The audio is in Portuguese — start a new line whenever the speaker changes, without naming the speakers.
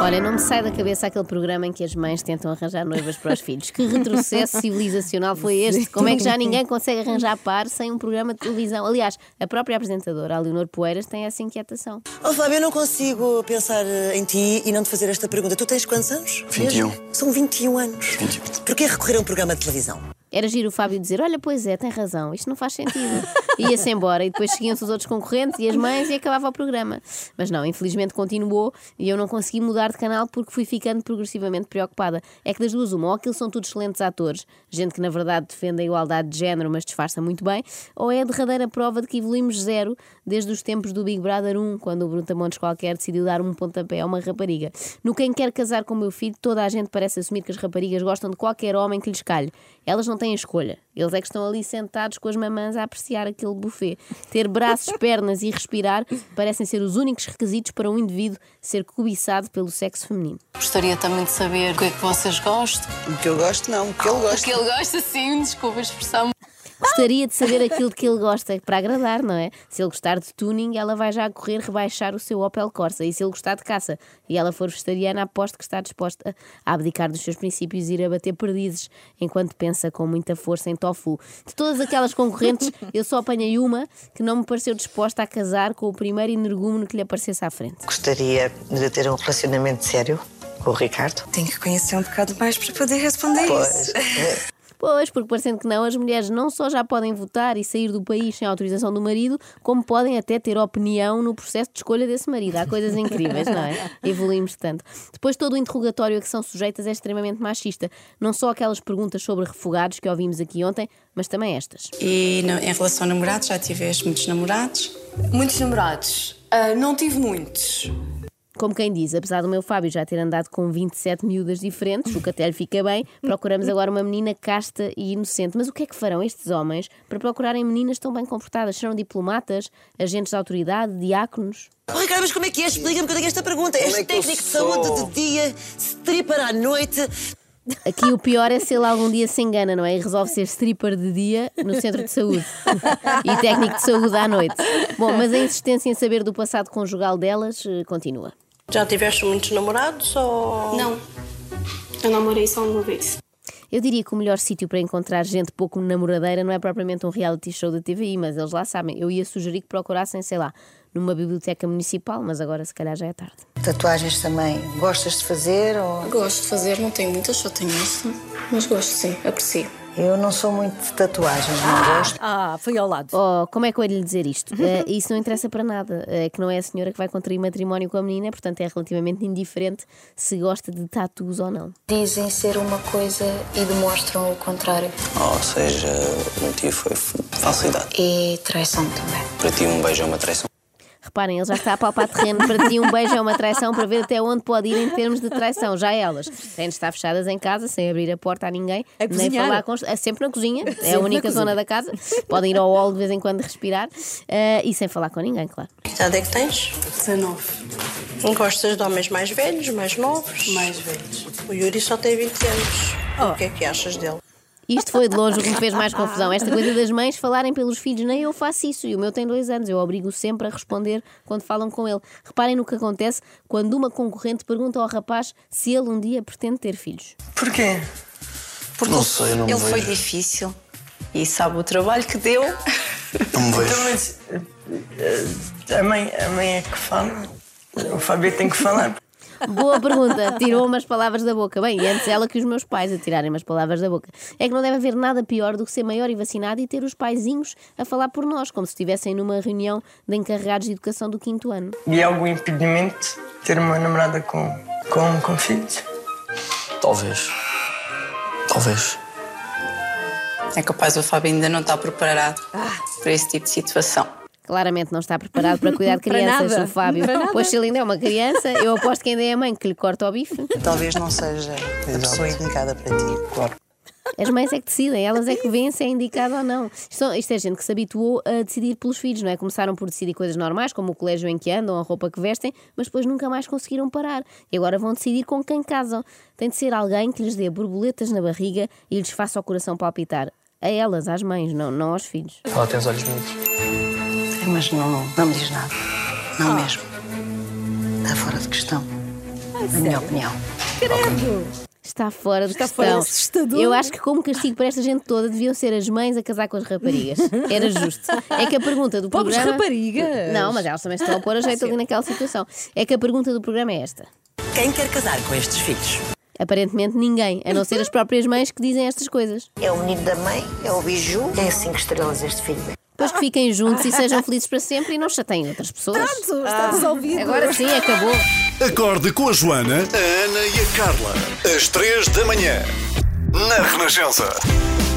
Olha, não me sai da cabeça aquele programa em que as mães tentam arranjar noivas para os filhos. Que retrocesso civilizacional foi este? Como é que já ninguém consegue arranjar par sem um programa de televisão? Aliás, a própria apresentadora, a Leonor Poeiras, tem essa inquietação.
Oh, Fábio, eu não consigo pensar eh, em ti e não te fazer esta pergunta. Tu tens quantos anos?
21.
Vês? São 21 anos.
21.
Porquê recorrer a um programa de televisão?
Era giro o Fábio dizer: Olha, pois é, tem razão, isto não faz sentido. Ia-se embora e depois seguiam-se os outros concorrentes e as mães e acabava o programa. Mas não, infelizmente continuou e eu não consegui mudar de canal porque fui ficando progressivamente preocupada. É que das duas, uma, ou aquilo são todos excelentes atores, gente que na verdade defende a igualdade de género, mas disfarça muito bem, ou é a derradeira prova de que evoluímos zero desde os tempos do Big Brother 1, quando o Brutamontes qualquer decidiu dar um pontapé a uma rapariga. No Quem Quer Casar com o Meu Filho, toda a gente parece assumir que as raparigas gostam de qualquer homem que lhes calhe. Elas não têm escolha. Eles é que estão ali sentados com as mamãs a apreciar aquele buffet. Ter braços, pernas e respirar parecem ser os únicos requisitos para um indivíduo ser cobiçado pelo sexo feminino.
Gostaria também de saber o que é que vocês gostam.
O que eu gosto, não. Ah, O que ele
O que ele gosta, sim, desculpa a expressão.
Gostaria de saber aquilo de que ele gosta para agradar, não é? Se ele gostar de tuning, ela vai já a correr rebaixar o seu Opel Corsa. E se ele gostar de caça e ela for vegetariana, aposto que está disposta a abdicar dos seus princípios e ir a bater perdizes enquanto pensa com muita força em tofu. De todas aquelas concorrentes, eu só apanhei uma que não me pareceu disposta a casar com o primeiro energúmeno que lhe aparecesse à frente.
Gostaria de ter um relacionamento sério com o Ricardo.
Tenho que conhecer um bocado mais para poder responder
Pois,
isso.
Pois, porque parecendo que não, as mulheres não só já podem votar e sair do país sem autorização do marido, como podem até ter opinião no processo de escolha desse marido. Há coisas incríveis, não é? Evoluímos tanto. Depois, todo o interrogatório a que são sujeitas é extremamente machista. Não só aquelas perguntas sobre refogados que ouvimos aqui ontem, mas também estas.
E na- em relação a namorados, já tiveste muitos namorados?
Muitos namorados. Ah, não tive muitos.
Como quem diz, apesar do meu Fábio já ter andado com 27 miúdas diferentes, o que até lhe fica bem, procuramos agora uma menina casta e inocente. Mas o que é que farão estes homens para procurarem meninas tão bem comportadas? Serão diplomatas, agentes de autoridade, diáconos?
Oh, Ricardo, mas como é que és? Explica-me que eu tenho esta pergunta. És
é que eu
técnico de
sou?
saúde de dia, stripper à noite.
Aqui o pior é se ele algum dia se engana, não é? E resolve ser stripper de dia no centro de saúde e técnico de saúde à noite. Bom, mas a insistência em saber do passado conjugal delas eh, continua.
Já tiveste muitos namorados ou.
Não. Eu namorei só uma vez.
Eu diria que o melhor sítio para encontrar gente pouco namoradeira não é propriamente um reality show da TVI, mas eles lá sabem. Eu ia sugerir que procurassem, sei lá, numa biblioteca municipal, mas agora se calhar já é tarde.
Tatuagens também. Gostas de fazer? Ou...
Gosto de fazer, não tenho muitas, só tenho esta. Mas gosto, sim, aprecio.
Eu não sou muito de tatuagens, não gosto.
Ah, foi ao lado.
Oh, como é que eu ia lhe dizer isto? Eh, isso não interessa para nada. É que não é a senhora que vai contrair matrimónio com a menina, portanto é relativamente indiferente se gosta de tatus ou não.
Dizem ser uma coisa e demonstram o contrário.
Ou seja, o motivo foi falsidade.
E traição também.
Para ti, um beijo é uma traição.
Reparem, ele já está a palpar terreno para ti. Um beijo é uma traição para ver até onde pode ir em termos de traição. Já elas têm de estar fechadas em casa, sem abrir a porta a ninguém,
A
nem
cozinhar.
falar com os- é sempre na cozinha, é
Sempre
a
na
única
cozinha.
zona da casa. Podem ir ao hall de vez em quando respirar eh, e sem falar com ninguém, claro.
Que idade é que tens?
19.
Gostas de homens mais velhos, mais novos?
Mais velhos.
O Yuri só tem 20 anos.
Oh.
O que é que achas dele?
Isto foi de longe o que me fez mais confusão. Esta coisa das mães falarem pelos filhos, nem eu faço isso. E o meu tem dois anos, eu obrigo sempre a responder quando falam com ele. Reparem no que acontece quando uma concorrente pergunta ao rapaz se ele um dia pretende ter filhos.
Porquê?
Porque não sei, eu não me
Ele foi
vejo.
difícil e sabe o trabalho que deu.
Não me
Então,
vejo.
mas eh, eh, a mãe, a mãe é que fala. O Fábio tem que falar.
Boa pergunta. Tirou umas palavras da boca. Bem, e antes ela que os meus pais a tirarem umas palavras da boca. É que não deve haver nada pior do que ser maior e vacinado e ter os paizinhos a falar por nós, como se estivessem numa reunião de encarregados de educação do quinto ano.
E é algum impedimento ter uma namorada com, com, com filhos?
Talvez. Talvez.
É capaz o Fábio ainda não está preparado para esse tipo de situação.
Claramente não está preparado para cuidar de
Para
crianças,
nada.
o Fábio.
Para nada.
Pois se ele ainda é uma criança, eu aposto que ainda é a mãe que lhe corta o bife.
Talvez não seja a pessoa indicada para ti.
Claro.
As mães é que decidem, elas é que veem se é indicado ou não. Isto, são- isto é gente que se habituou a decidir pelos filhos, não é? Começaram por decidir coisas normais, como o colégio em que andam, a roupa que vestem, mas depois nunca mais conseguiram parar. E agora vão decidir com quem casam. Tem de ser alguém que lhes dê borboletas na barriga e lhes faça o coração palpitar. A elas, às mães, não, não aos filhos.
Ela tem os olhos bonitos.
Mas não, não me diz nada. Não mesmo. Está fora de questão.
na minha opinião.
Está fora de
Está
questão.
fora, assustador.
Eu acho que como castigo para esta gente toda deviam ser as mães a casar com as raparigas. Era justo. É que a pergunta do
Pobres
programa...
raparigas.
Não, mas elas também estão a pôr a jeito ali naquela situação. É que a pergunta do programa é esta.
Quem quer casar com estes filhos?
Aparentemente ninguém, a não ser as próprias mães que dizem estas coisas.
É o menino da mãe, é o biju, é cinco estrelas este filho.
Pois que fiquem juntos e sejam felizes para sempre e não chateiem outras pessoas.
Pronto, está resolvido.
Agora sim, acabou.
Acorde com a Joana, a Ana e a Carla. Às três da manhã. Na Renascença.